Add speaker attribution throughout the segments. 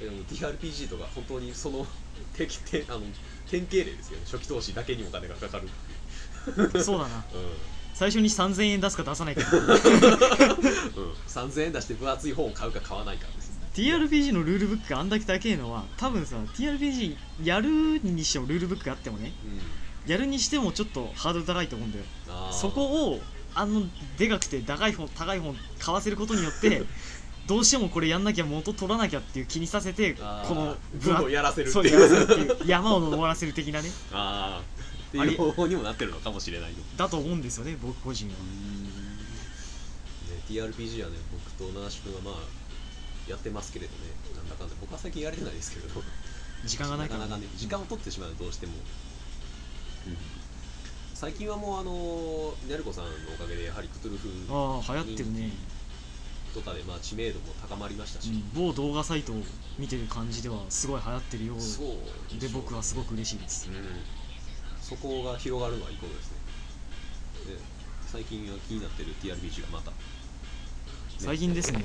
Speaker 1: でも DRPG とか本当にその定期定あの典型例ですよね初期投資だけにお金がかかる
Speaker 2: そうだな
Speaker 1: うん、
Speaker 2: 最初に3000円出すか出さないか
Speaker 1: うん、3000円出して分厚い本を買うか買わないかです
Speaker 2: TRPG のルールブックがあんだけ高えのは多分さ TRPG やるにしてもルールブックがあってもね
Speaker 1: うん
Speaker 2: やるにしてもちょっとハードル高いと思うんだよ
Speaker 1: あー
Speaker 2: そこをあのでかくて高い本高い本買わせることによって どうしてもこれやんなきゃ元取らなきゃっていう気にさせてこ
Speaker 1: あー
Speaker 2: の
Speaker 1: 分をやらせるって
Speaker 2: そう
Speaker 1: い
Speaker 2: やらせる
Speaker 1: う
Speaker 2: っていう山を登らせる的なね
Speaker 1: ああって
Speaker 2: あ
Speaker 1: い
Speaker 2: り
Speaker 1: う方法にもなってるのかもしれないよ
Speaker 2: だと思うんですよね僕個人は
Speaker 1: ね、TRPG はね僕と七宿がまあやってますけれどねなんだかんだ僕は最近やれてないですけれど
Speaker 2: 時間がないから
Speaker 1: なかなかね時間を取ってしまうどうしても、うん最近はもうあのニャルコさんのおかげでやはりクトゥルフ
Speaker 2: ああ流行ってるね、
Speaker 1: とかでまあ知名度も高まりました
Speaker 2: う
Speaker 1: し、
Speaker 2: ん、某動画サイトを見てる感じではすごい流行ってるよう
Speaker 1: そうし
Speaker 2: で
Speaker 1: ょう
Speaker 2: 僕はすごく嬉しいです
Speaker 1: うん、そこが広がるのはいいことですねで最近は気になってる TRPG がまた
Speaker 2: 最近ですね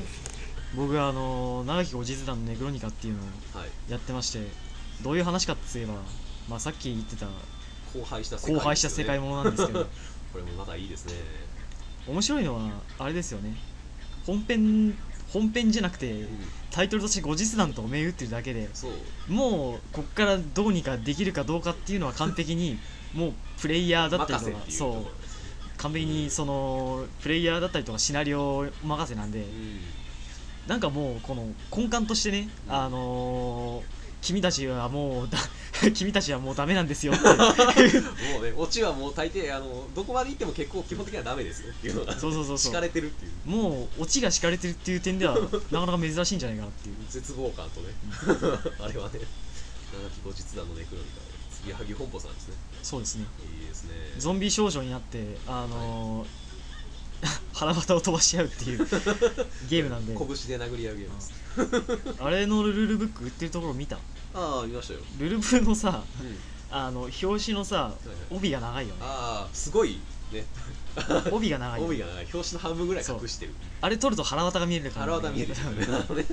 Speaker 2: 僕はあの長きおじず団のネクロニカっていうのを
Speaker 1: はい
Speaker 2: やってましてどういう話かって言えば、まあ、さっき言ってた
Speaker 1: 荒廃した世界、
Speaker 2: 荒廃した世界ものなんですけど
Speaker 1: これもまたいいですね
Speaker 2: 面白いのはあれですよね本編本編じゃなくてタイトルとして後日談と銘打ってるだけで
Speaker 1: そう
Speaker 2: もうこっからどうにかできるかどうかっていうのは完璧にもうプレイヤーだったり
Speaker 1: 任せ
Speaker 2: と
Speaker 1: っ
Speaker 2: か
Speaker 1: ていうとこ
Speaker 2: そ
Speaker 1: ろ
Speaker 2: う
Speaker 1: ですね
Speaker 2: 完璧にそのプレイヤーだったりとかシナリオ任せなんでなんかもうこの根幹としてね
Speaker 1: うん
Speaker 2: あのー君たちはもうだ 君たちはもうダメなんです よってい
Speaker 1: う
Speaker 2: う
Speaker 1: んもうねオチはもう大抵あのどこまで行っても結構基本的にはダメですよっていうのが
Speaker 2: そうそうそうそ
Speaker 1: 敷か
Speaker 2: う
Speaker 1: れてるっていう
Speaker 2: もうオチが敷かれてるっていう点ではなかなか珍しいんじゃないかなっていう
Speaker 1: 絶望感と ねあれはね長き後日談のネクロニカ次はぎ本舗さんですね
Speaker 2: そうですね
Speaker 1: いいですね
Speaker 2: ゾンビ少女になってあのー 腹股を飛ばし合う っていうゲームなんで
Speaker 1: 拳で殴り上げます
Speaker 2: あれのルールブック売ってるところ見た
Speaker 1: ああ見ましたよ、
Speaker 2: ルルブのさ
Speaker 1: うん
Speaker 2: あの表紙のさ
Speaker 1: いはい
Speaker 2: 帯が長いよね
Speaker 1: ああすごいね
Speaker 2: 帯が長いよね
Speaker 1: 帯が長い表紙の半分ぐらい隠してる
Speaker 2: あれ取ると腹渡が見えるから、
Speaker 1: 腹渡見え るよねあのね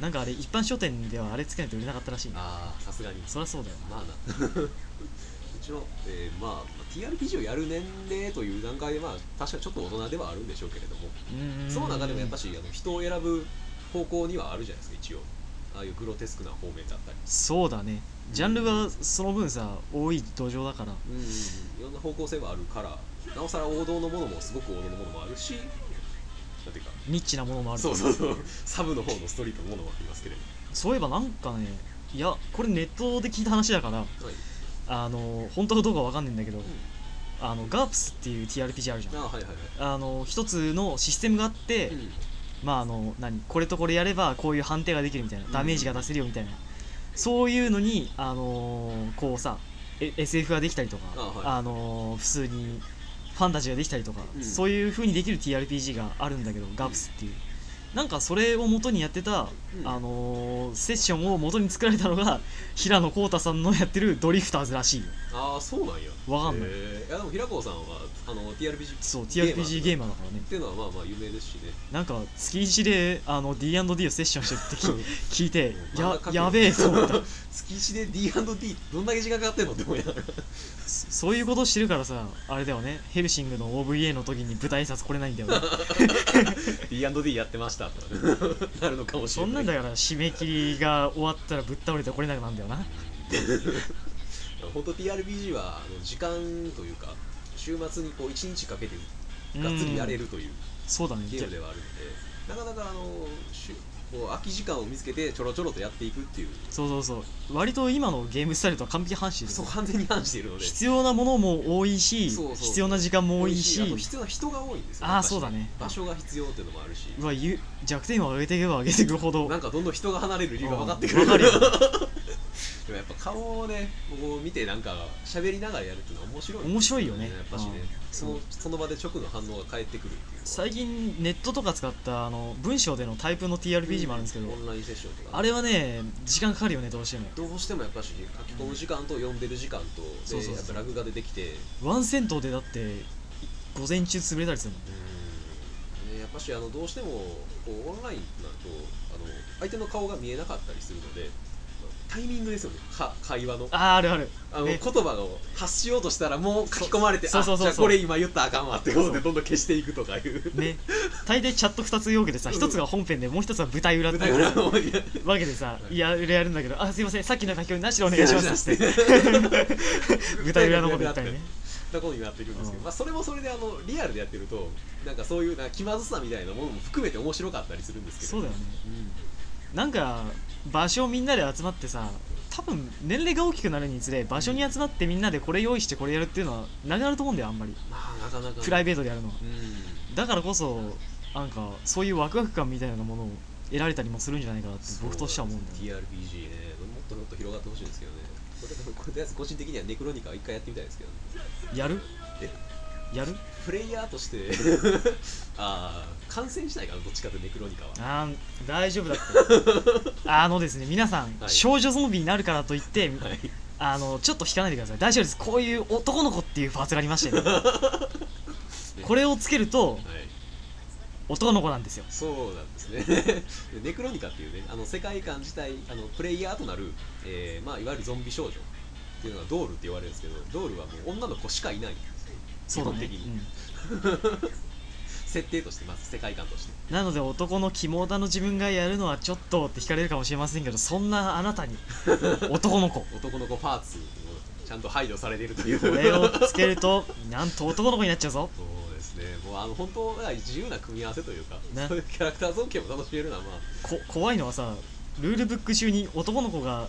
Speaker 2: なんかあれ一般書店ではあれつけないと売れなかったらしいね
Speaker 1: ああさすがに
Speaker 2: そりゃそうだよな
Speaker 1: まあな うちの、えーまあ、TRPG をやる年齢という段階で、まあ、確かにちょっと大人ではあるんでしょうけれども
Speaker 2: うーん
Speaker 1: その中でもやっぱしあの人を選ぶ方向にはあるじゃないですか一応ああいうグロテスクな方面だったり
Speaker 2: そうだねジャンルがその分さ多い土壌だから
Speaker 1: うんいろんな方向性はあるからなおさら王道のものもすごく王道のものもあるしなんていうか
Speaker 2: ニッチなものもある
Speaker 1: そうそうそうサブの方のストリートのものもありますけれど
Speaker 2: そういえばなんかねいやこれネットで聞いた話だから
Speaker 1: も、はい、
Speaker 2: あの本当かどうかわかんないんだけど、
Speaker 1: ん
Speaker 2: あのガープスっていう TRPG あるじゃん
Speaker 1: ああはいはいはい
Speaker 2: あの一つのシステムがあって、
Speaker 1: うん
Speaker 2: まああの何これとこれやればこういう判定ができるみたいなダメージが出せるよみたいな、そういうのにあのーこうさえ SF ができたりとか
Speaker 1: あはい
Speaker 2: のー普通にファンタジーができたりとか、
Speaker 1: うん
Speaker 2: そういう風にできる TRPG があるんだけど、ガプスっていうなんかそれを元にやってた、
Speaker 1: うん
Speaker 2: あのーセッションを元に作られたのが平野浩太さんのやってるドリフターズらしいよ
Speaker 1: ああそうなんや
Speaker 2: わかんない
Speaker 1: へーいやでも平子さんはあの TRPG
Speaker 2: そう
Speaker 1: ゲーマー
Speaker 2: TRPG ゲーマーだからね
Speaker 1: っていうのはまあまあ有名ですしね
Speaker 2: なんか月一であの D&D をセッションしてるってき 聞いて
Speaker 1: うん漫
Speaker 2: や
Speaker 1: 画描ける
Speaker 2: やべえと思った
Speaker 1: 月一で D&D どんだけ時間かかってんのって思いな がら
Speaker 2: そそういうことしてるからさあれだよねヘルシングの OVA の時に舞台挨拶来れない んだよね
Speaker 1: D&D やってましたとか なるのかもし
Speaker 2: そ
Speaker 1: れ
Speaker 2: ん
Speaker 1: な
Speaker 2: ないんだから締め切りが終わったらぶっ倒れて来れなくなるんだよな
Speaker 1: 本当 TRPG はあの時間というか週末にこう1日かけてがっつりやれ
Speaker 2: る
Speaker 1: るという
Speaker 2: そうだね
Speaker 1: ゲームではあるのでなかなかあのしゅこう空き時間を見つけてちょろちょろとやっていくっていう
Speaker 2: そうそうそう割と今のゲームスタイルとは完璧反してる
Speaker 1: そう完全に反しているので
Speaker 2: 必要なものも多いし
Speaker 1: そうそう
Speaker 2: 必要な時間も多い
Speaker 1: あと
Speaker 2: し
Speaker 1: 必要な人が多いんですよ
Speaker 2: あー
Speaker 1: やっぱし
Speaker 2: そうだね
Speaker 1: 場所が必要っていうのもあるし
Speaker 2: うわゆ弱点を上げていけば上げていくほど
Speaker 1: なんかどんどん人が離れる理由が分かってく
Speaker 2: う
Speaker 1: る
Speaker 2: んわかる よ
Speaker 1: でもやっぱ顔をねこう見てなんか喋りながらやるっていうのは面白い
Speaker 2: 面白いよね
Speaker 1: やっぱしね
Speaker 2: うん
Speaker 1: そのその場で直の反応が返ってくるっていう
Speaker 2: 最近ネットとか使ったあの文章でのタイプの TRPG もあるんですけど、
Speaker 1: オンラインセッションとか
Speaker 2: あれはね時間かかるよねどうしても
Speaker 1: どうしてもやっぱし書き込む時間と読んでる時間とで
Speaker 2: そうそうそう
Speaker 1: やっぱラグが出てきて
Speaker 2: ワンセントでだって午前中潰れたりするもん
Speaker 1: うんねやっましあのどうしてもこうオンラインになるとあの相手の顔が見えなかったりするのでタイミングですよねか会話の
Speaker 2: あーあるある
Speaker 1: あの、
Speaker 2: ね
Speaker 1: 言葉を発しようとしたらもう書き込まれて
Speaker 2: そう
Speaker 1: あ
Speaker 2: そうそうそう
Speaker 1: じゃあこれ今言ったらあかんわってこと
Speaker 2: そ
Speaker 1: で
Speaker 2: う
Speaker 1: どんどん消していくとかいう
Speaker 2: ね大体チャット2つ用けでさ
Speaker 1: うん
Speaker 2: 1つが本編でもう1つは舞台裏っ
Speaker 1: 舞
Speaker 2: て
Speaker 1: 台
Speaker 2: いう
Speaker 1: 裏のいや
Speaker 2: わけでさ
Speaker 1: はい
Speaker 2: いややるんだけど「あすいませんさっきの書き込みなしでお願いします」って舞台裏のこと言ったりね
Speaker 1: なことになってくるんですけど、
Speaker 2: うん
Speaker 1: まあ、それもそれであのリアルでやってるとなんかそういうなんか気まずさみたいなものも含めて面白かったりするんですけど
Speaker 2: そうだよね
Speaker 1: うん
Speaker 2: なんか場所みんなで集まってさ多分年齢が大きくなるにつれ場所に集まってみんなでこれ用意してこれやるっていうのはなくなると思うんだよあんまり
Speaker 1: まあなかなか
Speaker 2: プライベートでやるのは
Speaker 1: うん
Speaker 2: だからこそなんかそういうワクワク感みたいなものを得られたりもするんじゃないかなって僕としては思うんだよね
Speaker 1: TRPG ねもっともっと広がってほしいんですけどねこれでもこれとりあえず個人的にはネクロニカを一回やってみたいですけどね
Speaker 2: やるやる
Speaker 1: プレイヤーとして ああ感染しないかなどっちかってネクロニカは
Speaker 2: あー大丈夫だってあのですね皆さん、
Speaker 1: はい
Speaker 2: 少女ゾンビになるからといって、
Speaker 1: はい
Speaker 2: あのちょっと引かないでください大丈夫ですこういう男の子っていうパーツがありましてね、 これをつけると
Speaker 1: はい
Speaker 2: 男の子なんですよ
Speaker 1: そうなんですね ネクロニカっていうねあの世界観自体あのプレイヤーとなる、えーまあ、いわゆるゾンビ少女っていうのはドールって言われるんですけどドールはもう女の子しかいないんですよ
Speaker 2: そうだ
Speaker 1: 基
Speaker 2: ね、
Speaker 1: 本的に設定としてまず世界観として
Speaker 2: うんなので男の肝だの自分がやるのはちょっとって引かれるかもしれませんけどそんなあなたに男の子
Speaker 1: 男の子パーツをちゃんと配慮されているという
Speaker 2: こ れをつけるとなんと男の子になっちゃうぞ
Speaker 1: そうですね、もうあの本当は自由な組み合わせというか、
Speaker 2: ね
Speaker 1: そういうキャラクター造形も楽しめるのは、ま
Speaker 2: こ怖いのはさルールブック中に男の 子が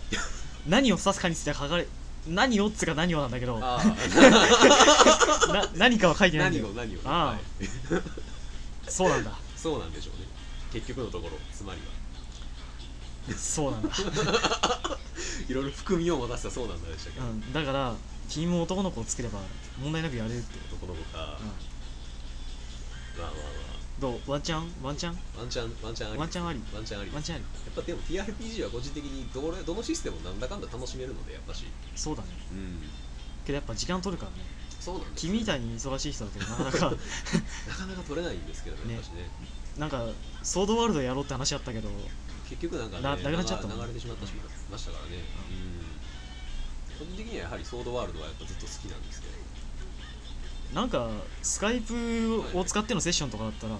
Speaker 2: 何を指すかについて書かれ何をっつうか何をなんだけどな
Speaker 1: あ、あ
Speaker 2: 何かは 書い
Speaker 1: ー
Speaker 2: てないん
Speaker 1: 何
Speaker 2: だよ
Speaker 1: を何を、
Speaker 2: ああ
Speaker 1: はい、
Speaker 2: そうな んだ
Speaker 1: そうなんでしょうね、結局のところ、つまりは、
Speaker 2: そうなんだ、
Speaker 1: いろいろ含みを持たせたそうなんだでしたけど、
Speaker 2: うん、だから君も男の子をつければ問題なくやれるって、
Speaker 1: 男の子か、
Speaker 2: う
Speaker 1: まあまあ
Speaker 2: ん、どうワンチャンワンチャン
Speaker 1: まあ、ワンチャン、ワンチャンあり、
Speaker 2: ワンチャンあり
Speaker 1: ワンチャンあり、
Speaker 2: ワンチャンあり
Speaker 1: やっぱでも TRPG は個人的にどれどのシステムもなんだかんだ楽しめるので、やっぱし、
Speaker 2: そうだね
Speaker 1: うん、
Speaker 2: けどやっぱ時間取るからね
Speaker 1: そうなんです、
Speaker 2: 君みたいに忙しい人だとなか なか
Speaker 1: なかなか取れないんですけどね、
Speaker 2: ね
Speaker 1: やっぱしね、
Speaker 2: なんかソードワールドやろうって話あったけど
Speaker 1: 結局なんかね、
Speaker 2: ななくなっちゃったもん
Speaker 1: 流れてしまったしましたからね、うん、個人的にはやはりソードワールドはやっぱずっと好きなんですけど
Speaker 2: なんかスカイプを使ってのセッションとかだったら、
Speaker 1: ね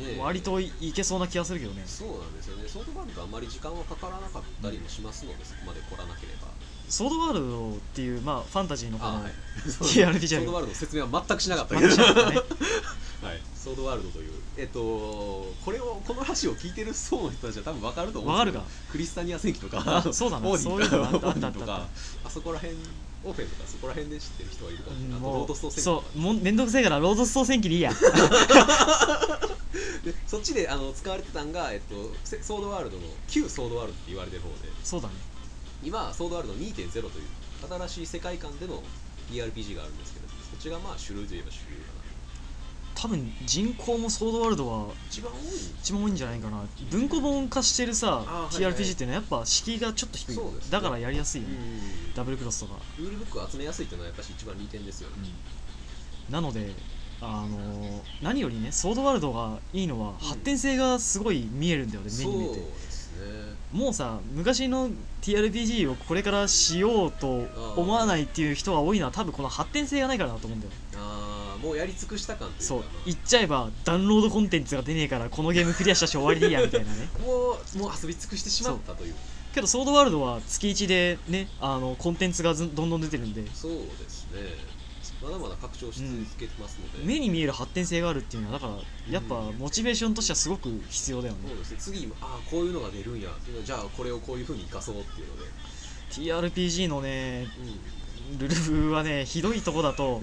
Speaker 1: え
Speaker 2: 割といいけそうな気がするけどね
Speaker 1: そうなんですよねソードワールドはあまり時間はかからなかったりもしますので、そこまで来らなければ
Speaker 2: ソードワールドっていう、まあ、ファンタジーのこの、
Speaker 1: あ はい
Speaker 2: TRPG
Speaker 1: ソードワールドの説明は全くしなかった
Speaker 2: ま
Speaker 1: け
Speaker 2: あ
Speaker 1: ど、
Speaker 2: シャープ
Speaker 1: は
Speaker 2: だ ね
Speaker 1: い、ソードワールドというえっとこれをこの話を聞いてる層の人たちは多分分かると思うんですけど
Speaker 2: わかる
Speaker 1: クリスタニア戦記とか
Speaker 2: あそうだね
Speaker 1: オーディ
Speaker 2: そういうのがあった
Speaker 1: オーディ
Speaker 2: あった
Speaker 1: と
Speaker 2: あったあ
Speaker 1: か
Speaker 2: っ
Speaker 1: あそこら辺オフェンとかそこら辺で知ってる人はいるかもしれないあとロ
Speaker 2: も
Speaker 1: ードスト
Speaker 2: う
Speaker 1: ー戦記と
Speaker 2: そ
Speaker 1: か
Speaker 2: うもうめんどくせえからロードストー戦記 でいいや
Speaker 1: でそっちであの使われてたんが、えっと、せソードワールドの旧ソードワールドって言われてる方で
Speaker 2: そうだね
Speaker 1: 今ソードワールド2.0という新しい世界観での ERPG があるんですけどそっちがまあ主流といえば主流かな
Speaker 2: 多分人口もソードワールドは
Speaker 1: 一番多い
Speaker 2: 一番多いんじゃないかな文庫本化してるさ
Speaker 1: あはいはい
Speaker 2: TRPG っていうのはやっぱ敷居がちょっと低い、
Speaker 1: そうですね
Speaker 2: だからやりやすいよね、
Speaker 1: ん
Speaker 2: ダブルクロスとか、
Speaker 1: ルールブックを集めやすいというのはやっぱし一番利点ですよね、
Speaker 2: なのであの何よりねソードワールドがいいのは発展性がすごい見えるんだよね、目
Speaker 1: そう
Speaker 2: に見えて
Speaker 1: ですね
Speaker 2: もうさ昔の TRPG をこれからしようと思わないっていう人が多いのは多分この発展性がないからだと思うんだよ
Speaker 1: ああもうやり尽くした感というか
Speaker 2: そう
Speaker 1: ま
Speaker 2: 言っちゃえばダウンロードコンテンツが出ねえからこのゲームクリアしたし終わりでいいやみたいなね
Speaker 1: あもうもう遊び尽くしてしまったという
Speaker 2: けどソードワールドは月1でねあのコンテンツがずんどんどん出てるんで
Speaker 1: そうですねまだまだ拡張し続けてますので、
Speaker 2: 目に見える発展性があるっていうのはだからやっぱ
Speaker 1: うん
Speaker 2: モチベーションとしてはすごく必要だよね、
Speaker 1: そうですね次今ああこういうのが出るんやっていうのはじゃあこれをこういうふうに生かそうっていうので、
Speaker 2: TRPG のね
Speaker 1: う
Speaker 2: ルルフはねひどいとこだ と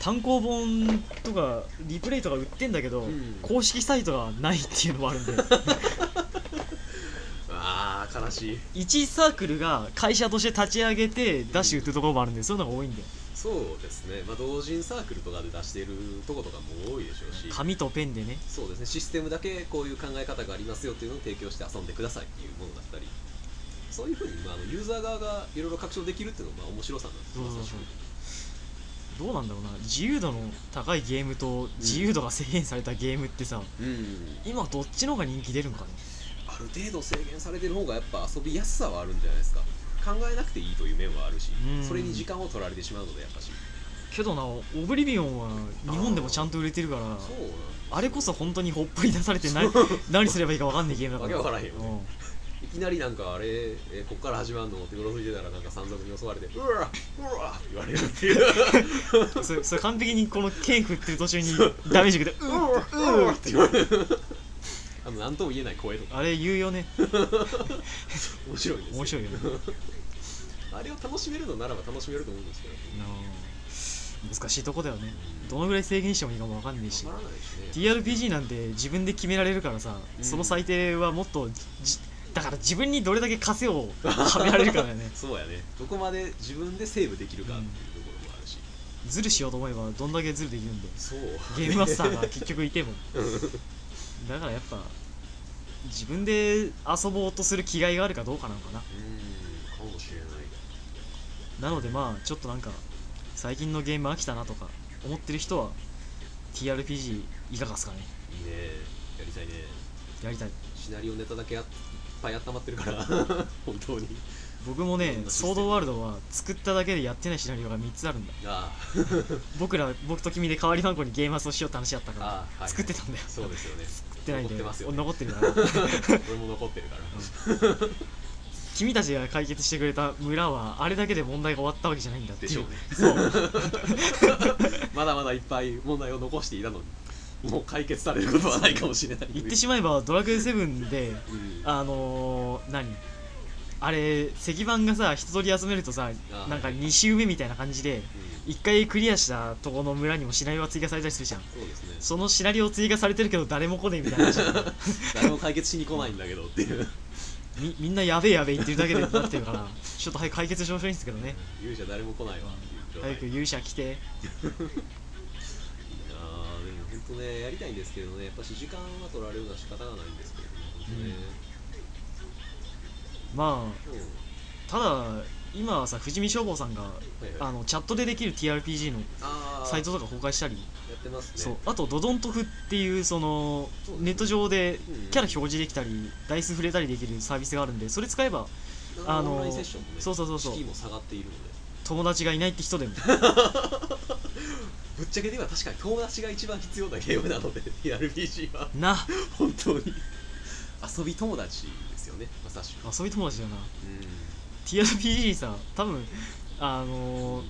Speaker 2: 単行本とかリプレイとか売ってんだけど、
Speaker 1: うん
Speaker 2: 公式サイトがないっていうのもあ るんで
Speaker 1: ん、ああ悲しい
Speaker 2: 1サークルが会社として立ち上げて出して売ってるところもあるんでそういうのが多いんだよ
Speaker 1: そうですね、まあ、同人サークルとかで出しているとことかも多いでしょうし
Speaker 2: 紙とペンでね
Speaker 1: そうですねシステムだけこういう考え方がありますよっていうのを提供して遊んでくださいっていうものだったりそういうふうに、まあ、あのユーザー側がいろいろ拡張できるっていうのがまあ面白さなんですよ
Speaker 2: そうそうそうどうなんだろうな自由度の高いゲームと自由度が制限されたゲームってさ、
Speaker 1: うん
Speaker 2: 今どっちの方が人気出るんかね
Speaker 1: ある程度制限されてる方がやっぱ遊びやすさはあるんじゃないですか考えなくていいという面はあるし
Speaker 2: うん
Speaker 1: それに時間を取られてしまうのでやっぱし
Speaker 2: けどなオブリビオンは日本でもちゃんと売れてるから
Speaker 1: そうなんです
Speaker 2: あれこそ本当にほっぽり出されてな何すればいいか分かんないゲームだから
Speaker 1: わけわからへんよね
Speaker 2: うん
Speaker 1: いきなりなんかあれ、えーこっから始まるのってうろついてたらなんか山賊に襲われてうわうわって言われるっていう
Speaker 2: それそれ完璧にこの剣食ってる途中にダメージ食って
Speaker 1: う
Speaker 2: う
Speaker 1: わ
Speaker 2: っ
Speaker 1: うわって言われるあの何とも言えない声とか
Speaker 2: あれ言うよね
Speaker 1: 面白いですよ
Speaker 2: 面白いよね
Speaker 1: あれを楽しめるのならば楽しめると思うんですけど
Speaker 2: なあ難しいとこだよねどのぐらい制限してもいいかも分かんないし
Speaker 1: わからないしね
Speaker 2: TRPG なんて自分で決められるからさ、
Speaker 1: うん
Speaker 2: その最低はもっとじだから自分にどれだけ枷をはめられるかだよね
Speaker 1: そうやねどこまで自分でセーブできるかっていうところもあるし、
Speaker 2: ズルしようと思えばどんだけズルできるんで
Speaker 1: そう
Speaker 2: ゲームマスターが結局いてもだからやっぱ自分で遊ぼうとする気概があるかどうかなのかな
Speaker 1: うんかもしれない
Speaker 2: なのでまあちょっとなんか最近のゲーム飽きたなとか思ってる人は TRPG いかがですかね
Speaker 1: いいねやりたいね
Speaker 2: やりたい
Speaker 1: シナリオネタだけあいっぱい温まってるから 本当に
Speaker 2: 僕も
Speaker 1: いろ
Speaker 2: ね
Speaker 1: ん
Speaker 2: 「
Speaker 1: なシステ
Speaker 2: ソ
Speaker 1: ム
Speaker 2: ードワールド」は作っただけでやってないシナリオが3つあるんだ
Speaker 1: あ
Speaker 2: 僕ら僕と君で代わり番号にゲーマスをしようって話やった
Speaker 1: あ
Speaker 2: から
Speaker 1: ああ、はい、
Speaker 2: 作ってたんだよ
Speaker 1: そうですよね作
Speaker 2: 作ってないん
Speaker 1: 残
Speaker 2: で
Speaker 1: ってますよ、ね、
Speaker 2: 残ってるから
Speaker 1: 俺も残ってるから
Speaker 2: 君たちが解決してくれた村はあれだけで問題が終わったわけじゃないんだって
Speaker 1: で
Speaker 2: い
Speaker 1: し
Speaker 2: う
Speaker 1: ょうね
Speaker 2: そう
Speaker 1: まだまだいっぱい問題を残していたのにもう解決されることはないかもしれない
Speaker 2: 言ってしまえば「ドラクエ7」で
Speaker 1: うん
Speaker 2: あのー、何あれ石板がさ一通り集めるとさ
Speaker 1: あー
Speaker 2: なんか2周目みたいな感じで
Speaker 1: うん
Speaker 2: 1回クリアしたとこの村にもシナリオが追加されたりするじゃん
Speaker 1: そうですね
Speaker 2: そのシナリオ追加されてるけど誰も来ねえみたいな 話
Speaker 1: 誰も解決しに来ないんだけどっていう
Speaker 2: みみんなやべえやべえ言ってるだけでなってるからちょっと早く解決してほしいんですけどね
Speaker 1: 勇者誰も来ないわっていう状態
Speaker 2: 早く勇者来て
Speaker 1: いやーでも本当ねやりたいんですけどねやっぱし時間は取られるのは仕方がないんですけどね
Speaker 2: ま
Speaker 1: 本当ね、
Speaker 2: あただ今はさ藤見消防さんが
Speaker 1: うんはいはい
Speaker 2: あのチャットでできる TRPG の
Speaker 1: あー
Speaker 2: サイトとか公開したり
Speaker 1: やってますね
Speaker 2: そうあとドドントフっていうその
Speaker 1: そう
Speaker 2: ネット上
Speaker 1: う
Speaker 2: で
Speaker 1: ん
Speaker 2: キャラ表示できたりダイス触れたりできるサービスがあるんでそれ使えばあ
Speaker 1: あの
Speaker 2: のー
Speaker 1: オンラインセッションもね
Speaker 2: そうそうそうそう
Speaker 1: 敷居も下がっているので
Speaker 2: 友達がいないって人でも
Speaker 1: ぶっちゃけでは確かに友達が一番必要なゲームなので TRPG は
Speaker 2: な
Speaker 1: 本当に遊び友達ですよねまさしく
Speaker 2: 遊び友達だよな
Speaker 1: う
Speaker 2: TRPG さ多分あのー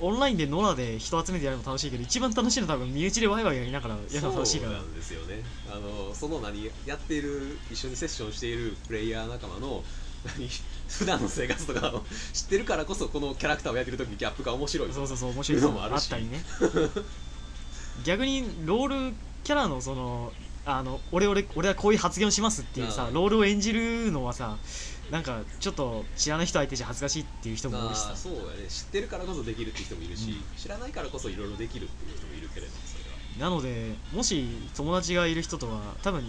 Speaker 2: オンラインでノラで人集めてやるの楽しいけど一番楽しいのは多分身内でワイワイやりながらやるの楽しい
Speaker 1: そ
Speaker 2: か
Speaker 1: う
Speaker 2: ら
Speaker 1: なんですよねあのその何やっている一緒にセッションしているプレイヤー仲間の何普段の生活とかを知ってるからこそこのキャラクターをやってる時にギャップが面白い
Speaker 2: そうそうそう面白いのもあっ たりね逆にロールキャラのそのあの俺俺俺はこういう発言をしますっていうさ
Speaker 1: うん
Speaker 2: ロールを演じるのはさなんかちょっと知らない人相手じゃ恥ずかしいっていう人も多いし
Speaker 1: あ
Speaker 2: さ
Speaker 1: ーそうやね知ってるからこそできるって人もいるし、
Speaker 2: うん
Speaker 1: 知らないからこそいろいろできるっていう人もいるけれどもそれは
Speaker 2: なのでもし友達がいる人とは多分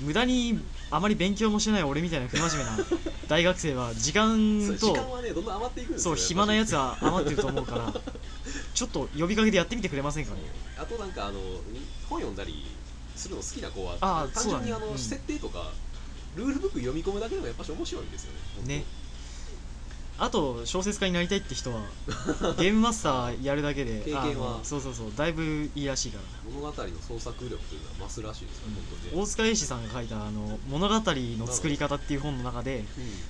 Speaker 2: 無駄にあまり勉強もしてない俺みたいな不真面目な 大学生は時
Speaker 1: そう
Speaker 2: 間
Speaker 1: 時
Speaker 2: と
Speaker 1: 間はねどんどん余っていくんです
Speaker 2: そ
Speaker 1: よ
Speaker 2: う暇なやつ
Speaker 1: は
Speaker 2: は余ってると思うからちょっと呼びかけでやってみてくれませんかね
Speaker 1: あとなんかあの本読んだりするの好きな子は
Speaker 2: あー
Speaker 1: 単純に
Speaker 2: そうだね
Speaker 1: あの、
Speaker 2: うん
Speaker 1: 設定とかルールブック読み込むだけでもやっぱし面白いんですよね
Speaker 2: ねあと小説家になりたいっ て人はゲームマスターやるだけで
Speaker 1: 経験は
Speaker 2: あのそうそうそうだいぶいいらしいから
Speaker 1: 物語の創作力というのは増すらしいですよ、本当に。
Speaker 2: 大塚英史さんが書いたあの「物語の作り方」っていう本の中で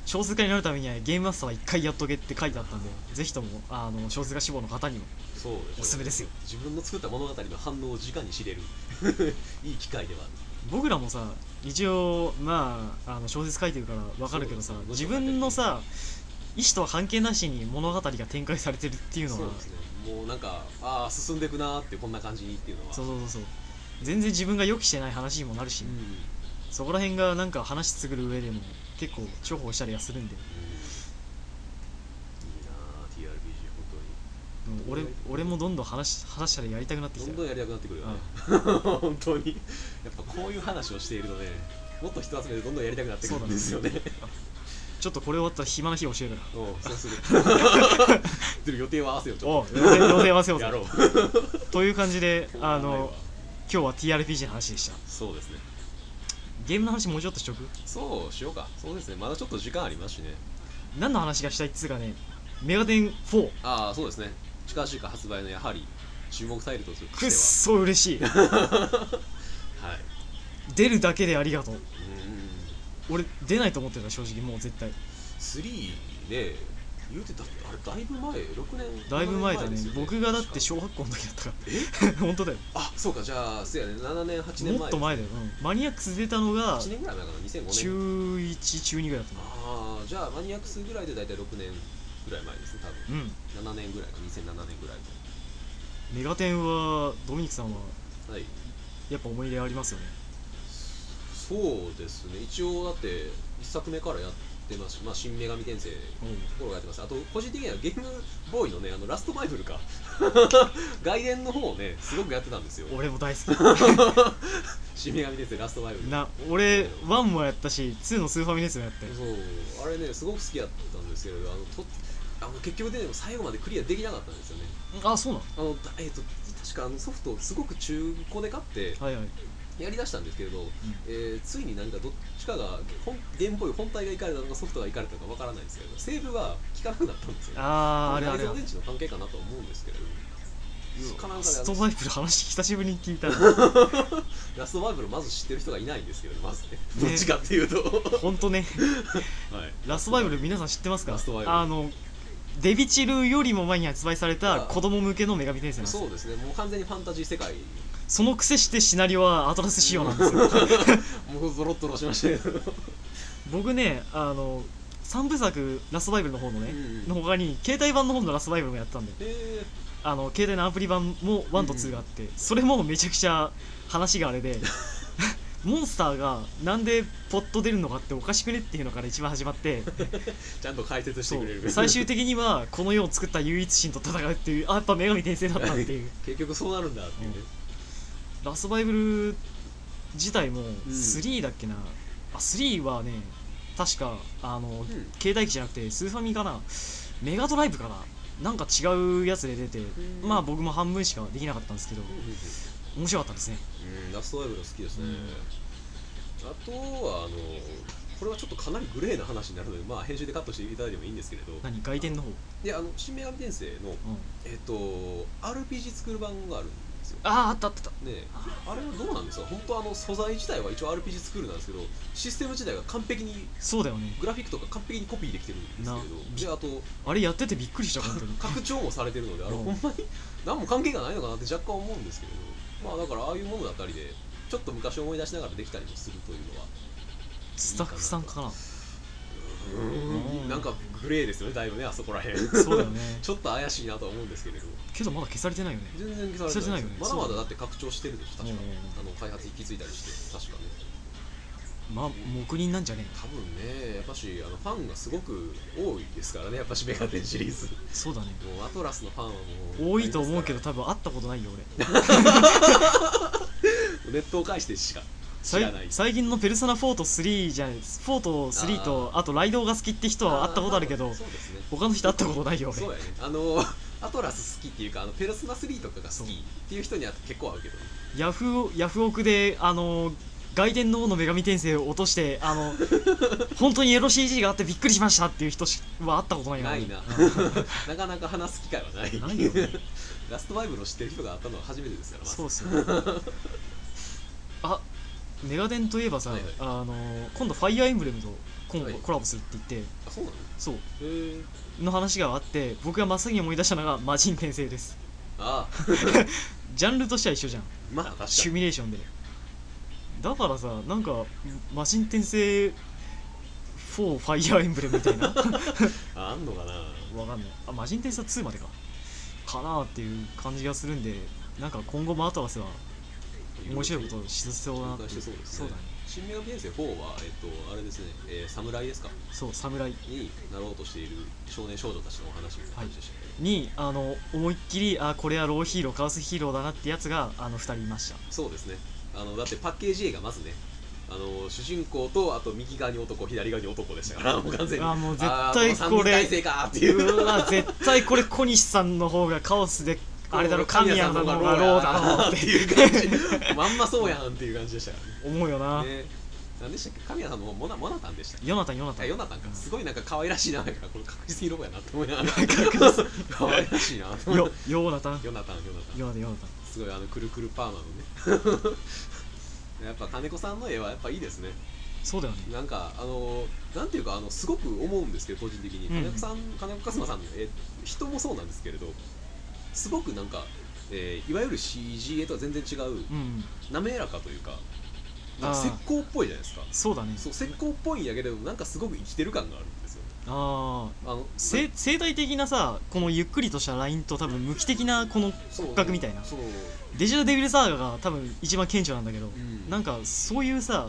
Speaker 2: 小説家になるためにはゲームマスターは一回やっとけって書いてあったんでぜひともあの小説家志望の方にも
Speaker 1: そうでしょ
Speaker 2: おすすめですよ
Speaker 1: 自分の作った物語の反応を直に知れる いい機会ではある
Speaker 2: 僕らもさ一応まああの小説書いてるからわかるけどさ
Speaker 1: そう
Speaker 2: 自分のさ意思とは関係なしに物語が展開されてるっていうの
Speaker 1: そ
Speaker 2: は
Speaker 1: うですねもうなんかああ進んでいくなーってこんな感じにっていうのは
Speaker 2: そうそうそうそう全然自分が予期してない話にもなるし、
Speaker 1: うん、うん
Speaker 2: そこら辺がなんか話作る上でも結構重宝したりはするんで、
Speaker 1: いいなー TRPG 本
Speaker 2: うん俺俺もどんどん話話したらやりたくなって
Speaker 1: 当に
Speaker 2: き
Speaker 1: ど
Speaker 2: た
Speaker 1: んど
Speaker 2: よ
Speaker 1: んやりたくなってくるよね 本当にやっぱこういう話をしているとねもっと人集めてどんどんやりたくなってくるんですよね
Speaker 2: ちょっとこれ終わったら暇な日教えるか
Speaker 1: おうそう するでも予定は合わせようち
Speaker 2: ら
Speaker 1: ょ
Speaker 2: お
Speaker 1: っ
Speaker 2: う予定予定合わせ
Speaker 1: と
Speaker 2: ようぜ
Speaker 1: やろう
Speaker 2: という感じであ
Speaker 1: ないわ
Speaker 2: の今日は TRPG の話でした
Speaker 1: そうですね
Speaker 2: ゲームの話もうちょっとしとく
Speaker 1: そうしようかそうですねまだちょっと時間ありますしね
Speaker 2: 何の話がしたいっつうかねメガテン4
Speaker 1: ああそうですね近々発売のやはり注目タイルとするとして
Speaker 2: く
Speaker 1: は
Speaker 2: っそ嬉しい
Speaker 1: はいう
Speaker 2: 出るだけでありがとう
Speaker 1: ー
Speaker 2: 俺出ないと思ってた正直もう絶対
Speaker 1: ん3ね言うてたってあれだいぶ前6年
Speaker 2: だいぶ前だね
Speaker 1: ですよ
Speaker 2: 僕がだって
Speaker 1: 確か
Speaker 2: 小学校の時だったか
Speaker 1: え
Speaker 2: ら 本当だよ
Speaker 1: あそうかじゃあそうやね7年8年前
Speaker 2: もっと前だよ、うんマニアックス出たのが
Speaker 1: 1年ぐらい前かな2005年
Speaker 2: 中1中2ぐらいだったの
Speaker 1: ああじゃあマニアックスぐらいで大体6年ぐらい前ですね多分
Speaker 2: うん
Speaker 1: 7年ぐらいか2007年ぐらい
Speaker 2: メガテンはドミニクさんは
Speaker 1: のはい
Speaker 2: やっぱ思い入れありますよね
Speaker 1: そうですね一応だって1作目からやってますし、まあ、新女神転生頃からやってますあと個人的にはゲームボーイのねあのラストバイフルか 外伝の方をねすごくやってたんですよ
Speaker 2: 俺も大好
Speaker 1: 新女神転生ラストバイフ
Speaker 2: き
Speaker 1: ル
Speaker 2: な俺1もやったし2のスーファミですもやって
Speaker 1: そうあれねすごく好きやったんですけれどあのとあの結局ねでも最後までクリアできなかったんですよね
Speaker 2: あそうなの
Speaker 1: あのだえっ、と確かあのソフトをすごく中古で買って
Speaker 2: はいはい、
Speaker 1: やりだしたんですけれど、えーついに何かどっちかが本ゲームボーイ本体がいかれたのかソフトがいかれたのかわからないんですけれどセーブが効かなくなったんですよ
Speaker 2: あーあれあれ
Speaker 1: 内蔵電池の関係かなと思うんですけれどかなん
Speaker 2: ラ
Speaker 1: かで
Speaker 2: ス
Speaker 1: あ
Speaker 2: ト
Speaker 1: の
Speaker 2: バイブル話久しぶりに聞いたな
Speaker 1: ラストバイブルまず知ってる人がいないんですけどねまずね
Speaker 2: ね
Speaker 1: どっちかっていうと、
Speaker 2: ほんとね
Speaker 1: はい、
Speaker 2: ラストバイブル皆さん知ってますか
Speaker 1: ラストバイブル
Speaker 2: あのデビチルよりも前に発売された子供向けの女神転生なんですよ
Speaker 1: そうですねもう完全にファンタジー世界
Speaker 2: そのくせしてシナリオはアトラス仕様なんですよ
Speaker 1: もうゾロッとロしましたけど
Speaker 2: 僕ねあの3部作ラストバイブルの方のね、
Speaker 1: うん
Speaker 2: の他に携帯版の方のラストバイブルもやったんで
Speaker 1: え
Speaker 2: あの携帯のアプリ版も1と2があって、それもめちゃくちゃ話があれで モンスターがなんでポッと出るのかっておかしくねっていうのから一番始まって
Speaker 1: ー、ちゃんと解説 して
Speaker 2: そ
Speaker 1: くれ
Speaker 2: う
Speaker 1: る
Speaker 2: 最終的にはこの世を作った唯一神と戦うっていうあやっぱ女神転生だったっていう
Speaker 1: 結局そうなるんだっていうね、
Speaker 2: ラストバイブル自体も
Speaker 1: ん
Speaker 2: 3だっけな、あ3はね確かあの、
Speaker 1: ん
Speaker 2: 携帯機じゃなくてスーファミかなメガドライブかななんか違うやつで出て、
Speaker 1: ん
Speaker 2: まあ僕も半分しかできなかったんですけど
Speaker 1: うんうんうん
Speaker 2: 面白かったですね
Speaker 1: うん、ラストワイブが好きですね、
Speaker 2: うん
Speaker 1: あとはあのこれはちょっとかなりグレーな話になるので、まあ、編集でカットしていただいてもいいんですけれど
Speaker 2: 何外伝の方、うん、
Speaker 1: であの新女神転生の、えっと RPG 作る版があるんですよ
Speaker 2: あああったあったあっ
Speaker 1: ねあれはどうなんですか本当あの素材自体は一応 RPG 作るなんですけどシステム自体が完璧に
Speaker 2: たそうだよね
Speaker 1: グラフィックとか完璧にコピーできてるんです
Speaker 2: な
Speaker 1: けれどであと
Speaker 2: あれやっててびっくりした 本当に
Speaker 1: 拡張もされてるのであれ
Speaker 2: う
Speaker 1: ほ
Speaker 2: ん
Speaker 1: んまに何も関係がないのかなって若干思うんですけれどまあだからああいうものだったりでちょっと昔を思い出しながらできたりもするというのは
Speaker 2: スタッフさんかなうん
Speaker 1: なんかグレーですよねだいぶねあそこらへん
Speaker 2: そうだよね
Speaker 1: ちょっと怪しいなとは思うんですけれど
Speaker 2: けどまだ消されてないよね
Speaker 1: 全然消されてないですよま
Speaker 2: 消
Speaker 1: だま
Speaker 2: されてないよね
Speaker 1: だだって拡張してるでしょ確か
Speaker 2: うんうんうん
Speaker 1: あの開発引き継いだりして確かね
Speaker 2: まあ黙認なんじゃねえ
Speaker 1: 多分ねやっぱしあのファンがすごく多いですからねやっぱしメガテンシリーズ
Speaker 2: のそうだね
Speaker 1: もうアトラスのファンはもう
Speaker 2: 多いと思うけど
Speaker 1: ど
Speaker 2: 多分会ったことないよ俺
Speaker 1: ネットを介してしか知
Speaker 2: 最
Speaker 1: らない
Speaker 2: 最近の「ペルソナ4と3」じゃないです4と3とあとライドウが好きって人は会ったことあるけど
Speaker 1: そうですね
Speaker 2: 他の人会ったことないよ
Speaker 1: そう
Speaker 2: 俺
Speaker 1: やねあのアトラス好きっていうかあのペルソナ3とかが好きっていう人には結構合うけど
Speaker 2: ヤフーヤフオクであの外伝の王の女神転生を落としてあ の本当にエロ CG があってびっくりしましたっていう人しは会ったことないよ
Speaker 1: な
Speaker 2: 俺
Speaker 1: いな なかなか話す機会はない
Speaker 2: ないよね
Speaker 1: ラストバイブルを知ってる人があったのは初めてですからまず
Speaker 2: そうっす よあメガデンといえばさ、
Speaker 1: はいはい
Speaker 2: あの今度ファイアーエンブレムとコンボ、
Speaker 1: はい
Speaker 2: コラボするって言って
Speaker 1: あそうなの
Speaker 2: そう
Speaker 1: へえ
Speaker 2: の話があって僕が真っ先に思い出したのが魔人転生です
Speaker 1: ああ
Speaker 2: ジャンルとしては一緒じゃん
Speaker 1: まあ確かに
Speaker 2: シミュレーションでだからさなんか魔人転生4ファイアーエンブレム みたいなわかんない
Speaker 1: ああんのかな
Speaker 2: あ魔人転生は2までかかなーっていう感じがするんでなんか今後もアトラスは面白いことをしそうだなってい
Speaker 1: 展開してそうですね
Speaker 2: そうだね
Speaker 1: 新名伝生4は、えっと、あれですね、えー侍ですか
Speaker 2: そう侍
Speaker 1: になろうとしている少年少女たちのお話みたいな感じでしたけど、
Speaker 2: にあの思いっきりあこれはローヒーローカオスヒーローだなってやつがあの2人いました
Speaker 1: そうですねあのだってパッケージ A がまずねあの主人公とあと右側に男左側に男でしたからもう完全に
Speaker 2: あーもう絶対
Speaker 1: あーの三
Speaker 2: これ
Speaker 1: 人体制かーっていう
Speaker 2: うわ絶対これ小西さんの方がカオスであれだろ神谷さんの方がローだろうって
Speaker 1: いう感じまんまそうやんっていう感じでしたか
Speaker 2: 思うよ
Speaker 1: ら
Speaker 2: な、
Speaker 1: ねね何でしたっけ神谷さんの方モナモナタンでしたっけ
Speaker 2: ヨナタンヨナタ
Speaker 1: あ
Speaker 2: ン
Speaker 1: ヨナタンかすごいなんか可愛らしい名前からこれ確実にロボやなって思いながら
Speaker 2: 確
Speaker 1: 可愛らしいなと思っ
Speaker 2: よ
Speaker 1: て
Speaker 2: ヨナタン
Speaker 1: ヨナタンヨナタン
Speaker 2: ヨナタンヨナタン
Speaker 1: すごいあのくるくるパーマのね やっぱ金子さんの絵はやっぱいいですね
Speaker 2: そうだよね
Speaker 1: なんかあのなんていうかあのすごく思うんですけど個人的に、
Speaker 2: うん
Speaker 1: 金子さん金子勝馬さんの絵人もそうなんですけれどすごくなんか、えーいわゆる CG 絵とは全然違う
Speaker 2: うん
Speaker 1: 滑らかというかなん
Speaker 2: あ
Speaker 1: か石
Speaker 2: ー
Speaker 1: 膏っぽいじゃないですか
Speaker 2: そうだね
Speaker 1: そう石膏っぽいんやけどなんかすごく生きてる感があるんですよ
Speaker 2: ああ
Speaker 1: あの
Speaker 2: 生態的なさこのゆっくりとしたラインと多分無機的なこの
Speaker 1: そう
Speaker 2: 角みたいな
Speaker 1: そう、
Speaker 2: デジタルデビルサーガが多分一番顕著なんだけど、
Speaker 1: うん
Speaker 2: なんかそういうさ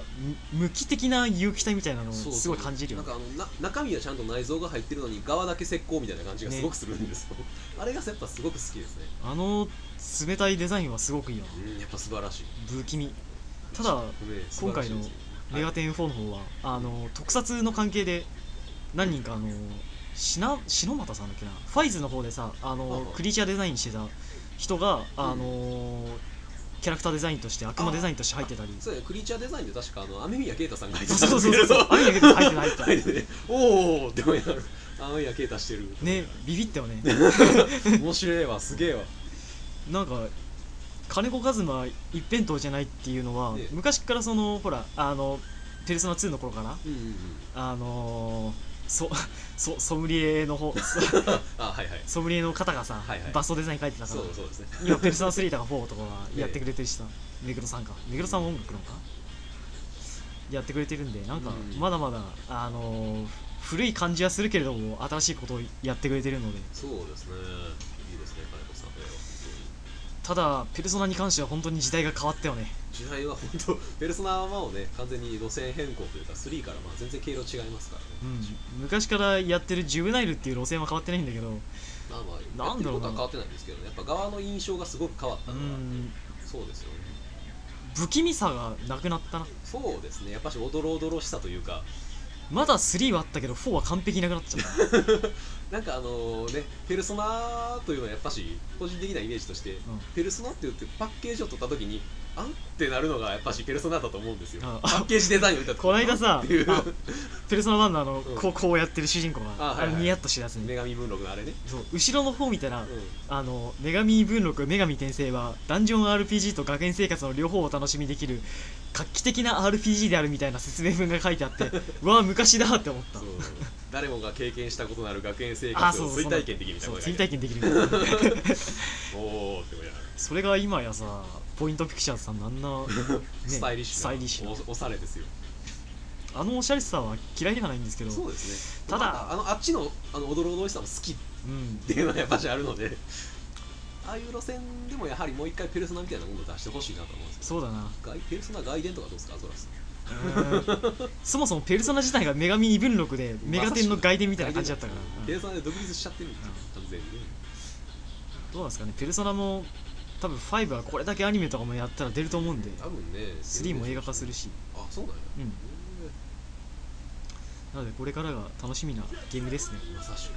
Speaker 2: む無機的な有機体みたいなのを
Speaker 1: そうそう
Speaker 2: すごい感じるよ
Speaker 1: な
Speaker 2: ね
Speaker 1: んかあのな中身はちゃんと内臓が入ってるのに側だけ石膏みたいな感じがすごくするんですよ、あれがやっぱすごく好きですね、
Speaker 2: あの冷たいデザインはすごくいいよ
Speaker 1: うん、やっぱ素晴らしい
Speaker 2: 不気味ただ今回のメガ
Speaker 1: テ
Speaker 2: テン4の方は、あの特撮の関係で何人かあのしな篠又さんだっけなファイズの方でさあ
Speaker 1: はい
Speaker 2: の
Speaker 1: はい
Speaker 2: クリーチャーデザインしてた人があの、キャラクターデザインとして悪魔デザインとして入ってたり
Speaker 1: そうやクリーチャーデザインで確かあの雨宮啓太さんが入ってた
Speaker 2: そうそうそう そう雨宮啓太入ってた入ってた
Speaker 1: 入ってておおって思いながら雨宮啓太してる
Speaker 2: ねビビったよね
Speaker 1: 面白いわすげえわ
Speaker 2: なんか金子一馬一辺倒じゃないっていうのは、
Speaker 1: ね
Speaker 2: 昔からそのほらあのペルソナ2の頃から
Speaker 1: うんうんうん
Speaker 2: あのそ そソムリエの方そ
Speaker 1: あはいはい
Speaker 2: ソムリエの方がさ、
Speaker 1: はいはい
Speaker 2: バストデザイン書いてたか
Speaker 1: そ
Speaker 2: ら
Speaker 1: うそうですね
Speaker 2: 今ペルソナ3とか4とかはやってくれてるしさ、目黒さんか目黒さんは音楽のかやってくれてるんでなんか
Speaker 1: うん
Speaker 2: まだまだ、あのー古い感じはするけれども新しいことをやってくれてるので
Speaker 1: そうですねいいですね金子さんこれは
Speaker 2: ただペルソナに関しては本当に時代が変わったよね
Speaker 1: 時代は本当ペルソナ1をね完全に路線変更というか3からまあ全然経路違いますからね
Speaker 2: うん昔からやってるジュブナイルっていう路線は変わってないんだけど
Speaker 1: まあまあや
Speaker 2: な
Speaker 1: っ
Speaker 2: ん
Speaker 1: て
Speaker 2: だ
Speaker 1: る
Speaker 2: ろ
Speaker 1: ことは
Speaker 2: うな
Speaker 1: 変わってないんですけどねやっぱ側の印象がすごく変わった
Speaker 2: う
Speaker 1: のは
Speaker 2: ん
Speaker 1: そうですよね
Speaker 2: 不気味さがなくなったな
Speaker 1: そうですねやっぱしおどろおどろしさというか
Speaker 2: まだ3はあったけど4は完璧なくなっちゃった
Speaker 1: なんかあのね、ペルソナというのはやっぱし個人的なイメージとして、ペルソナって言ってパッケージを取った時に、あんってなるのがやっぱしペルソナだと思うんですよ。
Speaker 2: あ
Speaker 1: パッケージデザインを見た時
Speaker 2: こないださ
Speaker 1: あんっていう
Speaker 2: あペルソナ1のあの、
Speaker 1: うん
Speaker 2: こうこうやってる主人公
Speaker 1: あは
Speaker 2: が
Speaker 1: いはい
Speaker 2: あれニヤッとしてるやつね
Speaker 1: 女神文録のあれね。
Speaker 2: そう後ろの方見たら、
Speaker 1: う
Speaker 2: あの女神文録女神転生はダンジョン RPG と学園生活の両方を楽しみできる画期的な RPG であるみたいな説明文が書いてあって うわ昔だって思った
Speaker 1: ん、そう誰もが経験したことのある学園生
Speaker 2: あ
Speaker 1: 活
Speaker 2: そ
Speaker 1: を
Speaker 2: うそう
Speaker 1: 追体験できるみたい
Speaker 2: そ
Speaker 1: な
Speaker 2: う
Speaker 1: ことが
Speaker 2: 追
Speaker 1: 書い
Speaker 2: 体
Speaker 1: て
Speaker 2: 験できるみたいな
Speaker 1: あるおーって思いながら
Speaker 2: それが今やさポイントピクチャーズさんのあ んな、ね
Speaker 1: スタイリッシュな
Speaker 2: スタイリッシュな
Speaker 1: おおしゃれですよ
Speaker 2: あのおしゃれさは嫌いではないんですけど
Speaker 1: そうですね
Speaker 2: た
Speaker 1: ま
Speaker 2: だ
Speaker 1: ああのあっちのあのおどろおどろしさも好き
Speaker 2: うん
Speaker 1: っていうのはやっぱしあるのでああいう路線でもやはりもう一回ペルソナみたいなものを出してほしいなと思うんですよ
Speaker 2: そうだな
Speaker 1: 外ペルソナ外伝とかどうですかアゾラス
Speaker 2: うーんそもそもペルソナ自体が女神異文録でメガテンの外伝みたいな感じだったから、うん
Speaker 1: ペルソナで独立しちゃってるんですよ完全にね
Speaker 2: どうなんですかねペルソナも多分5はこれだけアニメとかもやったら出ると思うんで
Speaker 1: 多分ね
Speaker 2: 3も映画化するし
Speaker 1: あそうなんや
Speaker 2: うんなのでこれからが楽しみなゲームですね
Speaker 1: うんまさしく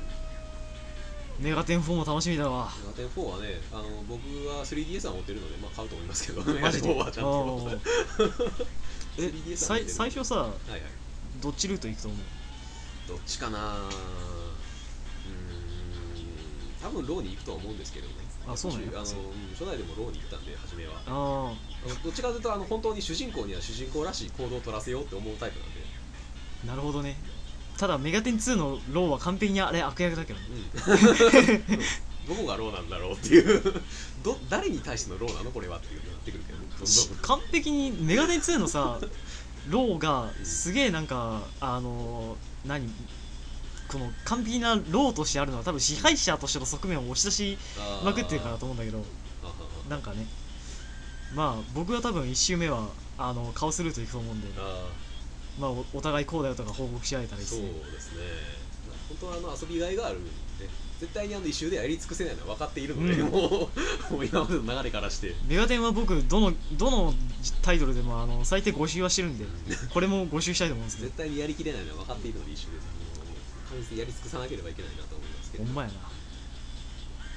Speaker 2: メガテン4も楽しみだわ
Speaker 1: メガテン4はねあの僕は 3DS は持ってるのでまあ買うと思いますけどメガ
Speaker 2: マ
Speaker 1: テン
Speaker 2: ジで
Speaker 1: 4はちゃんと
Speaker 2: おーえ
Speaker 1: 3DS は持
Speaker 2: さ
Speaker 1: って
Speaker 2: い
Speaker 1: る
Speaker 2: 最初さ
Speaker 1: はいはい
Speaker 2: どっちルート行くと思う
Speaker 1: どっちかなうーん多分ローに行くとは思うんですけどね
Speaker 2: あそうなんや
Speaker 1: あのうん初代でもローに行ったんで初めは
Speaker 2: あ
Speaker 1: どっちかというとあの本当に主人公には主人公らしい行動を取らせようって思うタイプなんで
Speaker 2: あなるほどねただメガテン2のローは完璧にあれ悪役だけどね
Speaker 1: どこがローなんだろうっていうど誰に対してのローなのこれはっていうのになってくるけどねどんどん
Speaker 2: し完璧にメガテン2のさローがすげえなんかあのー何この完璧なローとしてあるのは多分支配者としての側面を押し出し
Speaker 1: あー
Speaker 2: まくってるかなと思うんだけど
Speaker 1: あは
Speaker 2: なんかねまあ僕は多分1周目はあのカオスルート行くと思うんで
Speaker 1: はあ
Speaker 2: まあおお互いこうだよとか報告し合えたら
Speaker 1: ー
Speaker 2: いいです
Speaker 1: そう
Speaker 2: ね
Speaker 1: ですね本当はあの遊びがいがあるんで絶対にあの一周でやり尽くせないのは分かっているので、
Speaker 2: うん
Speaker 1: もう もう今までの流れからして
Speaker 2: メガテンは僕どのどのタイトルでもあの最低5周はしてるんでこれも5周したいと思うんですけ
Speaker 1: 絶
Speaker 2: ど
Speaker 1: 対にやりきれないのは分かっているので一周ですもう完全にやり尽くさなければいけないなと思いますけ
Speaker 2: ほ
Speaker 1: ど
Speaker 2: んまやな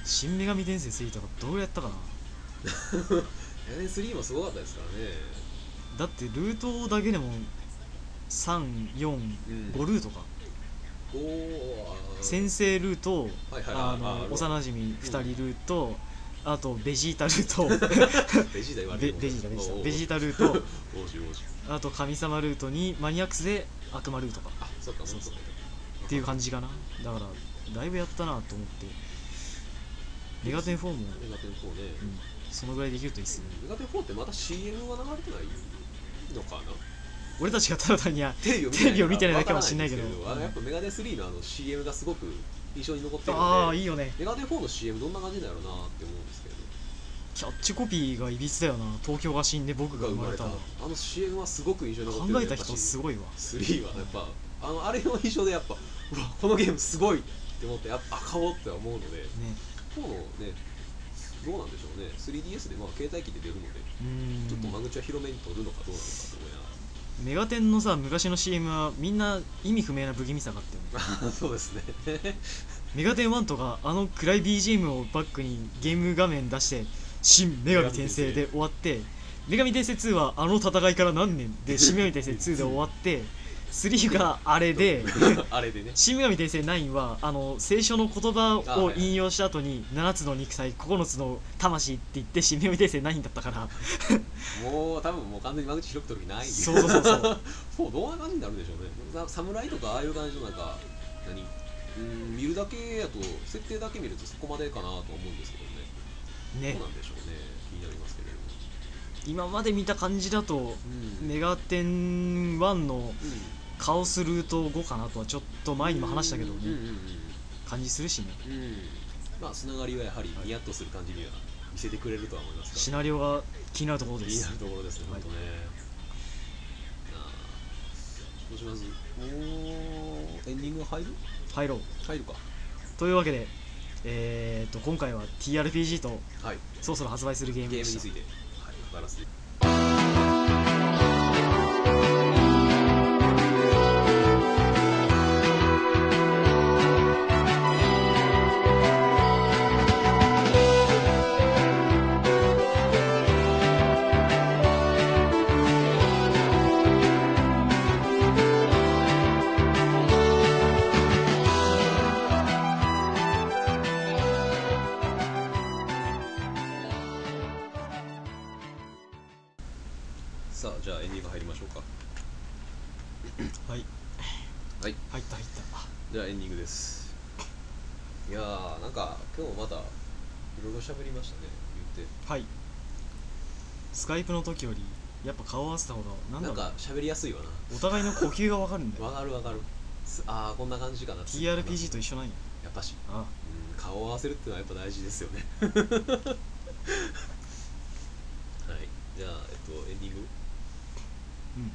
Speaker 2: 新女神転生3とかどうやったかな
Speaker 1: エレン3もすごかったですからね
Speaker 2: だってルートだけでも345
Speaker 1: うん
Speaker 2: ルートか、
Speaker 1: おお
Speaker 2: 先生ルート
Speaker 1: はいはいはい
Speaker 2: あの
Speaker 1: あ
Speaker 2: 幼馴染2人ルート、あとベジータル ー
Speaker 1: ベジータ言わ
Speaker 2: ト
Speaker 1: れても
Speaker 2: ベベジータベジ
Speaker 1: お
Speaker 2: ータ
Speaker 1: ー
Speaker 2: ベジータルート
Speaker 1: 王子王子
Speaker 2: あと神様ルートにマニアックスで悪魔ルートか
Speaker 1: あそっか
Speaker 2: そうそう
Speaker 1: も
Speaker 2: っていう感じかなだからだいぶやったなと思ってメガテン4も、うん、
Speaker 1: メガテン4ね、
Speaker 2: そのぐらいできるといいっすね
Speaker 1: メガテン4ってまだ CM は流れてないのかな
Speaker 2: 俺たちがただ単にあ
Speaker 1: テ
Speaker 2: テレビを見てない
Speaker 1: わ
Speaker 2: だけかもしれないけど
Speaker 1: わからんですあのやっぱメガテン3のあの CM がすごく印象に残ってる
Speaker 2: あ
Speaker 1: の
Speaker 2: ー
Speaker 1: で
Speaker 2: いいよね
Speaker 1: メガテン4の CM どんな感じだろうなって思うんですけど
Speaker 2: キャッチコピーがいびつだよな東京が死んで僕が
Speaker 1: が
Speaker 2: 生
Speaker 1: 生
Speaker 2: ま
Speaker 1: ま
Speaker 2: れ
Speaker 1: れ
Speaker 2: た
Speaker 1: た
Speaker 2: 考
Speaker 1: あの CM はすごく印象に残ってる
Speaker 2: えた人す
Speaker 1: ごい
Speaker 2: ごいわ
Speaker 1: 3はやっぱあのあれの印象でやっぱうわこのゲームすごいって思ってやっぱあ買おうって思うので
Speaker 2: ね
Speaker 1: 4のねどうなんでしょうね 3DS でまあ携帯機で出るので
Speaker 2: うーん
Speaker 1: ちょっと間口は広めに取るのかどうなのかと思いながら
Speaker 2: メガテンのさ昔の CM はみんな意味不明な不気味さがあったよね
Speaker 1: そうですね
Speaker 2: メガテン1とかあの暗い BGM をバックにゲーム画面出して「新女神転生」で終わって「女神転生2」はあの戦いから何年で「新女神転生2」で終わって3があれで
Speaker 1: あれでね
Speaker 2: 新女神転生9はあの聖書の言葉を引用した後に7つの肉体9つの魂って言って新女神転生9だったから
Speaker 1: もう多分もう完全に間口広く取る気ない
Speaker 2: そうそうそうそう
Speaker 1: そうどんな感じになるんでしょうねさ侍とかああいう感じのなんか何うーん見るだけやと設定だけ見るとそこまでかなとは思うんですけどね
Speaker 2: ね
Speaker 1: どうなんでしょうね気になりますけれども
Speaker 2: 今まで見た感じだと
Speaker 1: うん
Speaker 2: メガテン1の
Speaker 1: うん
Speaker 2: カオスルート5かなとはちょっと前にも話したけどね、
Speaker 1: うんうん
Speaker 2: 感じするしね
Speaker 1: うんうんまあつながりはやはりニヤッとする感じには見せてくれるとは思いますから
Speaker 2: シナリオが気になるところで
Speaker 1: 気にな
Speaker 2: す
Speaker 1: るところですね、
Speaker 2: はい
Speaker 1: 本当ね。なあどうしますおーエンディング入る
Speaker 2: 入ろう
Speaker 1: 入るか。
Speaker 2: というわけでえー、と今回は TRPG と
Speaker 1: はい。
Speaker 2: そろそろ発売するゲーム
Speaker 1: ゲーム
Speaker 2: で
Speaker 1: に
Speaker 2: し
Speaker 1: つ
Speaker 2: た
Speaker 1: いて、はい、語らせて。さあ、じゃあエンディング入りましょうか。
Speaker 2: はい
Speaker 1: はい。
Speaker 2: 入った入っ
Speaker 1: じゃあエンディングです。いやー、なんか今日またいろいろ喋りましたね、言って。
Speaker 2: たはいスカイプの時よりやっぱ顔合わせた方がなんだ
Speaker 1: な
Speaker 2: ろ
Speaker 1: ん
Speaker 2: う
Speaker 1: か喋りやすいわな。
Speaker 2: お互いの呼吸がわかるんだよ
Speaker 1: わかるわかる。すあー、こんな感じかな。
Speaker 2: TRPG と一緒なんや
Speaker 1: やっぱし、
Speaker 2: あ
Speaker 1: うん、顔を合わせるってのはやっぱ大事ですよね。 はい。じゃあ、えっと、エンディング
Speaker 2: うん
Speaker 1: エン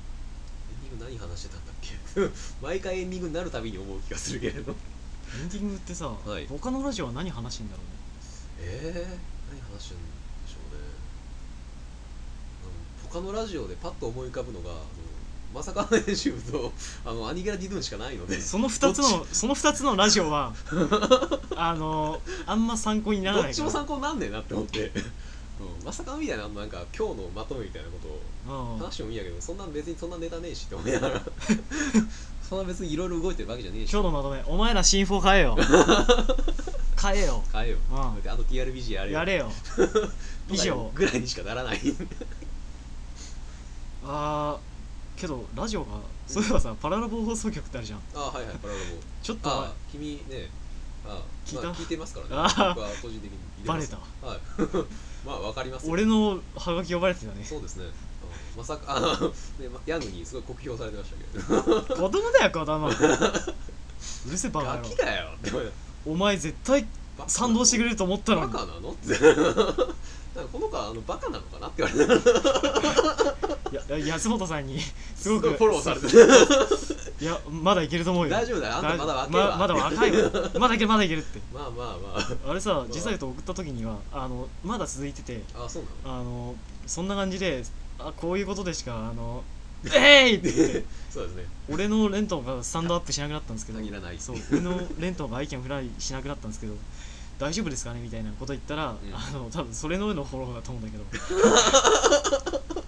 Speaker 1: ディング何話してたんだっけ 毎回エンディングになるたびに思う気がするけれど
Speaker 2: エンディングってさ、
Speaker 1: はい
Speaker 2: 他のラジオは何話してんだろうね
Speaker 1: ええ何話してんでしょうねあの他のラジオでパッと思い浮かぶのがあのまさかの編集部とあのアニゲラディドゥンしかないので
Speaker 2: その2つ
Speaker 1: ど
Speaker 2: のその2つのラジ オはあのあんま参考になら
Speaker 1: ど
Speaker 2: な
Speaker 1: っ
Speaker 2: い
Speaker 1: ち
Speaker 2: か
Speaker 1: も
Speaker 2: ら
Speaker 1: 参考になんねえなって思って、 うん、まさかみたいななんか今日のまとめみたいなことを
Speaker 2: うん
Speaker 1: 話してもいいんやけどそんな別にそんなネタねえしって思いなが らそんな別にいろいろ動いてるわけじゃねえし
Speaker 2: 今日のまとめお前ら新4変えよ 変えよ
Speaker 1: 変えよう
Speaker 2: うん
Speaker 1: だってあと TRBG やれよ
Speaker 2: やれ よ以上
Speaker 1: ぐらいにしかならない
Speaker 2: あーけどラジオがそういえばさパララボ放送局 ってあるじゃん
Speaker 1: あはいはいパラボラも
Speaker 2: ちょっと
Speaker 1: あ君ねあ
Speaker 2: 聞いた
Speaker 1: まあ、聞いてますからね
Speaker 2: あー
Speaker 1: 僕は個人的に聞いてます
Speaker 2: バ
Speaker 1: はい まあわかりますよ
Speaker 2: 俺のハガキ呼ばれてた ね
Speaker 1: そうですねうんまさかあの、ね、 まヤングにすごい酷評されてました けど
Speaker 2: 子供だよ 子供うるせえバカ
Speaker 1: ガ
Speaker 2: 野郎
Speaker 1: キだよって思いなが
Speaker 2: お前絶対
Speaker 1: ら
Speaker 2: 賛同してくれると思ったの
Speaker 1: バ
Speaker 2: に
Speaker 1: カなのって なんかこの子はあのバカなのかなって言われて
Speaker 2: や安本さんにす
Speaker 1: すご
Speaker 2: ごく
Speaker 1: いフォローされて
Speaker 2: いやまだいけると思うよ
Speaker 1: 大丈夫だよあんたまだ若いわ
Speaker 2: ままだ若いわまだいけるまだいけるって
Speaker 1: まあまあま
Speaker 2: あれさ実際と送った時にはあのまだ続いてて
Speaker 1: ああ そうなの
Speaker 2: あのそんな感じであこういうことでしかあの「えい!」って言って
Speaker 1: そうですね
Speaker 2: 俺のレントがスタンドアップしなくなったんですけど
Speaker 1: 限らない
Speaker 2: そう俺のレントが意見フライしなくなったんですけど大丈夫ですかねみたいなこと言ったら、
Speaker 1: ん
Speaker 2: あの多分それの上のフォローだと思うんだけど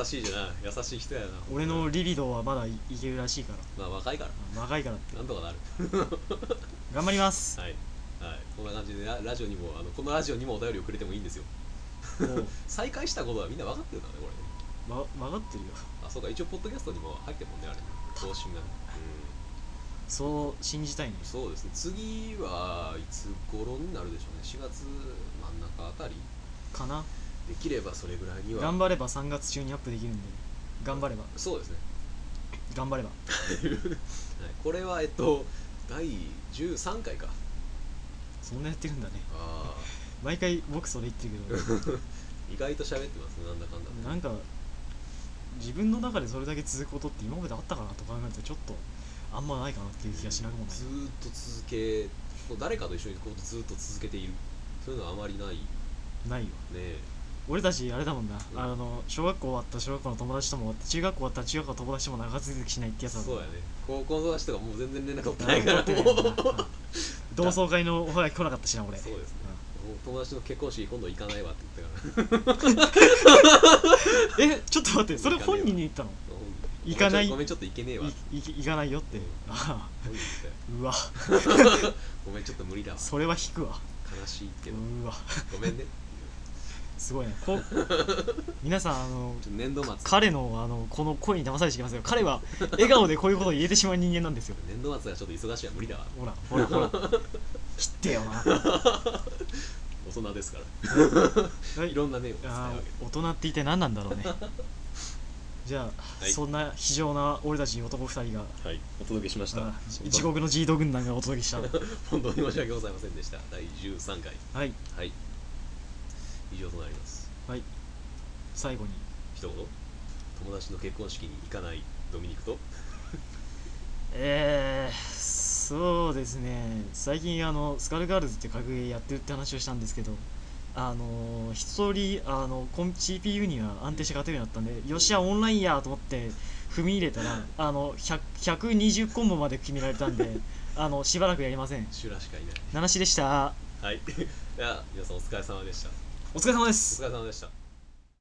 Speaker 1: 優しいじゃない優しい人やな
Speaker 2: 俺のリリドはまだいいけるらしいか
Speaker 1: まあ若いから
Speaker 2: ら若いからって
Speaker 1: なんとかなる
Speaker 2: 頑張り ます
Speaker 1: はいはいこんな感じでララジオにもあのこのラジオにもお便りをくれてもいいんですよ
Speaker 2: もう
Speaker 1: 再開したことはみんな分かってるからねこれね
Speaker 2: わ分かってるよ
Speaker 1: あそうか一応ポッドキャストにも入ってるもんねあれね更新がねう
Speaker 2: そう信じたいね
Speaker 1: んそうですね次はいつ頃になるでしょうね4月真ん中あたり
Speaker 2: かな
Speaker 1: できればそれぐらいには
Speaker 2: 頑張れば3月中にアップできるんで頑張れば
Speaker 1: そうですね
Speaker 2: 頑張れば
Speaker 1: はいこれはえっと第13回か
Speaker 2: そんなやってるんだね
Speaker 1: あ
Speaker 2: 毎回僕それ言ってるけ
Speaker 1: ー意外と喋ってますねなんだかんだ
Speaker 2: どなんか自分の中でそれだけ続くことって今まであったかなと考えるとちょっとあんまないかなっていう気がしなくもない
Speaker 1: ずーっと続けこう誰かと一緒にこうずーっと続けているそういうのはあまりないね
Speaker 2: ないよ俺たちあれだもんな、
Speaker 1: うん
Speaker 2: あの小学校終わった小学校の友達とも終わって中学校終わった中学校の友達とも長続きしないってやつだ
Speaker 1: そうやね
Speaker 2: ね
Speaker 1: 高校の友達とかもう全然連絡取ってない からもう
Speaker 2: 同窓会のおはがき来なかったしな俺
Speaker 1: そうですね
Speaker 2: ん
Speaker 1: もう 友達の結婚式今度行かないわって言ったから
Speaker 2: えちょっと待ってそれ本人に言ったの行かない
Speaker 1: ごめんちょっと行けねえわって
Speaker 2: いい行かないよって
Speaker 1: うん
Speaker 2: あ
Speaker 1: 本人言って
Speaker 2: あうわ
Speaker 1: ごめんちょっと無理だわ
Speaker 2: それは引くわ
Speaker 1: 悲しいけど
Speaker 2: うわ
Speaker 1: ごめんね
Speaker 2: すごいね こう皆さんあの
Speaker 1: ちょっと年度末
Speaker 2: 彼のあのこの声に騙されてきますよ彼は笑顔でこういうことを言えてしまう人間なんですよ
Speaker 1: 年度末がちょっと忙しいは無理だわ
Speaker 2: ほらほら ほら知ってよな
Speaker 1: 大人ですから
Speaker 2: はい
Speaker 1: いろんなねを伝えるわ
Speaker 2: あ
Speaker 1: けで
Speaker 2: ー大人って一体何なんだろうねじゃあ、
Speaker 1: はい
Speaker 2: そんな非常な俺たち男2人が
Speaker 1: はい、お届けしました
Speaker 2: あー地獄の G ド軍団がお届け した
Speaker 1: 本当に申し訳ございませんでした第13回
Speaker 2: はい
Speaker 1: はい以上となります
Speaker 2: はい最後に
Speaker 1: 一言友達の結婚式に行かないドミニクと
Speaker 2: えー、そうですね最近あのスカルガールズって格ゲーやってるって話をしたんですけどあのー一人あのコン CPU には安定して勝てるようになったんでよっしゃオンラインやと思って踏み入れたらあの100 120コンボまで決められたんであのしばらくやりません
Speaker 1: シュラしかいない
Speaker 2: ナナシでした
Speaker 1: はいでは皆さんお疲れ様でした
Speaker 2: お疲れ様です
Speaker 1: お疲れ様でした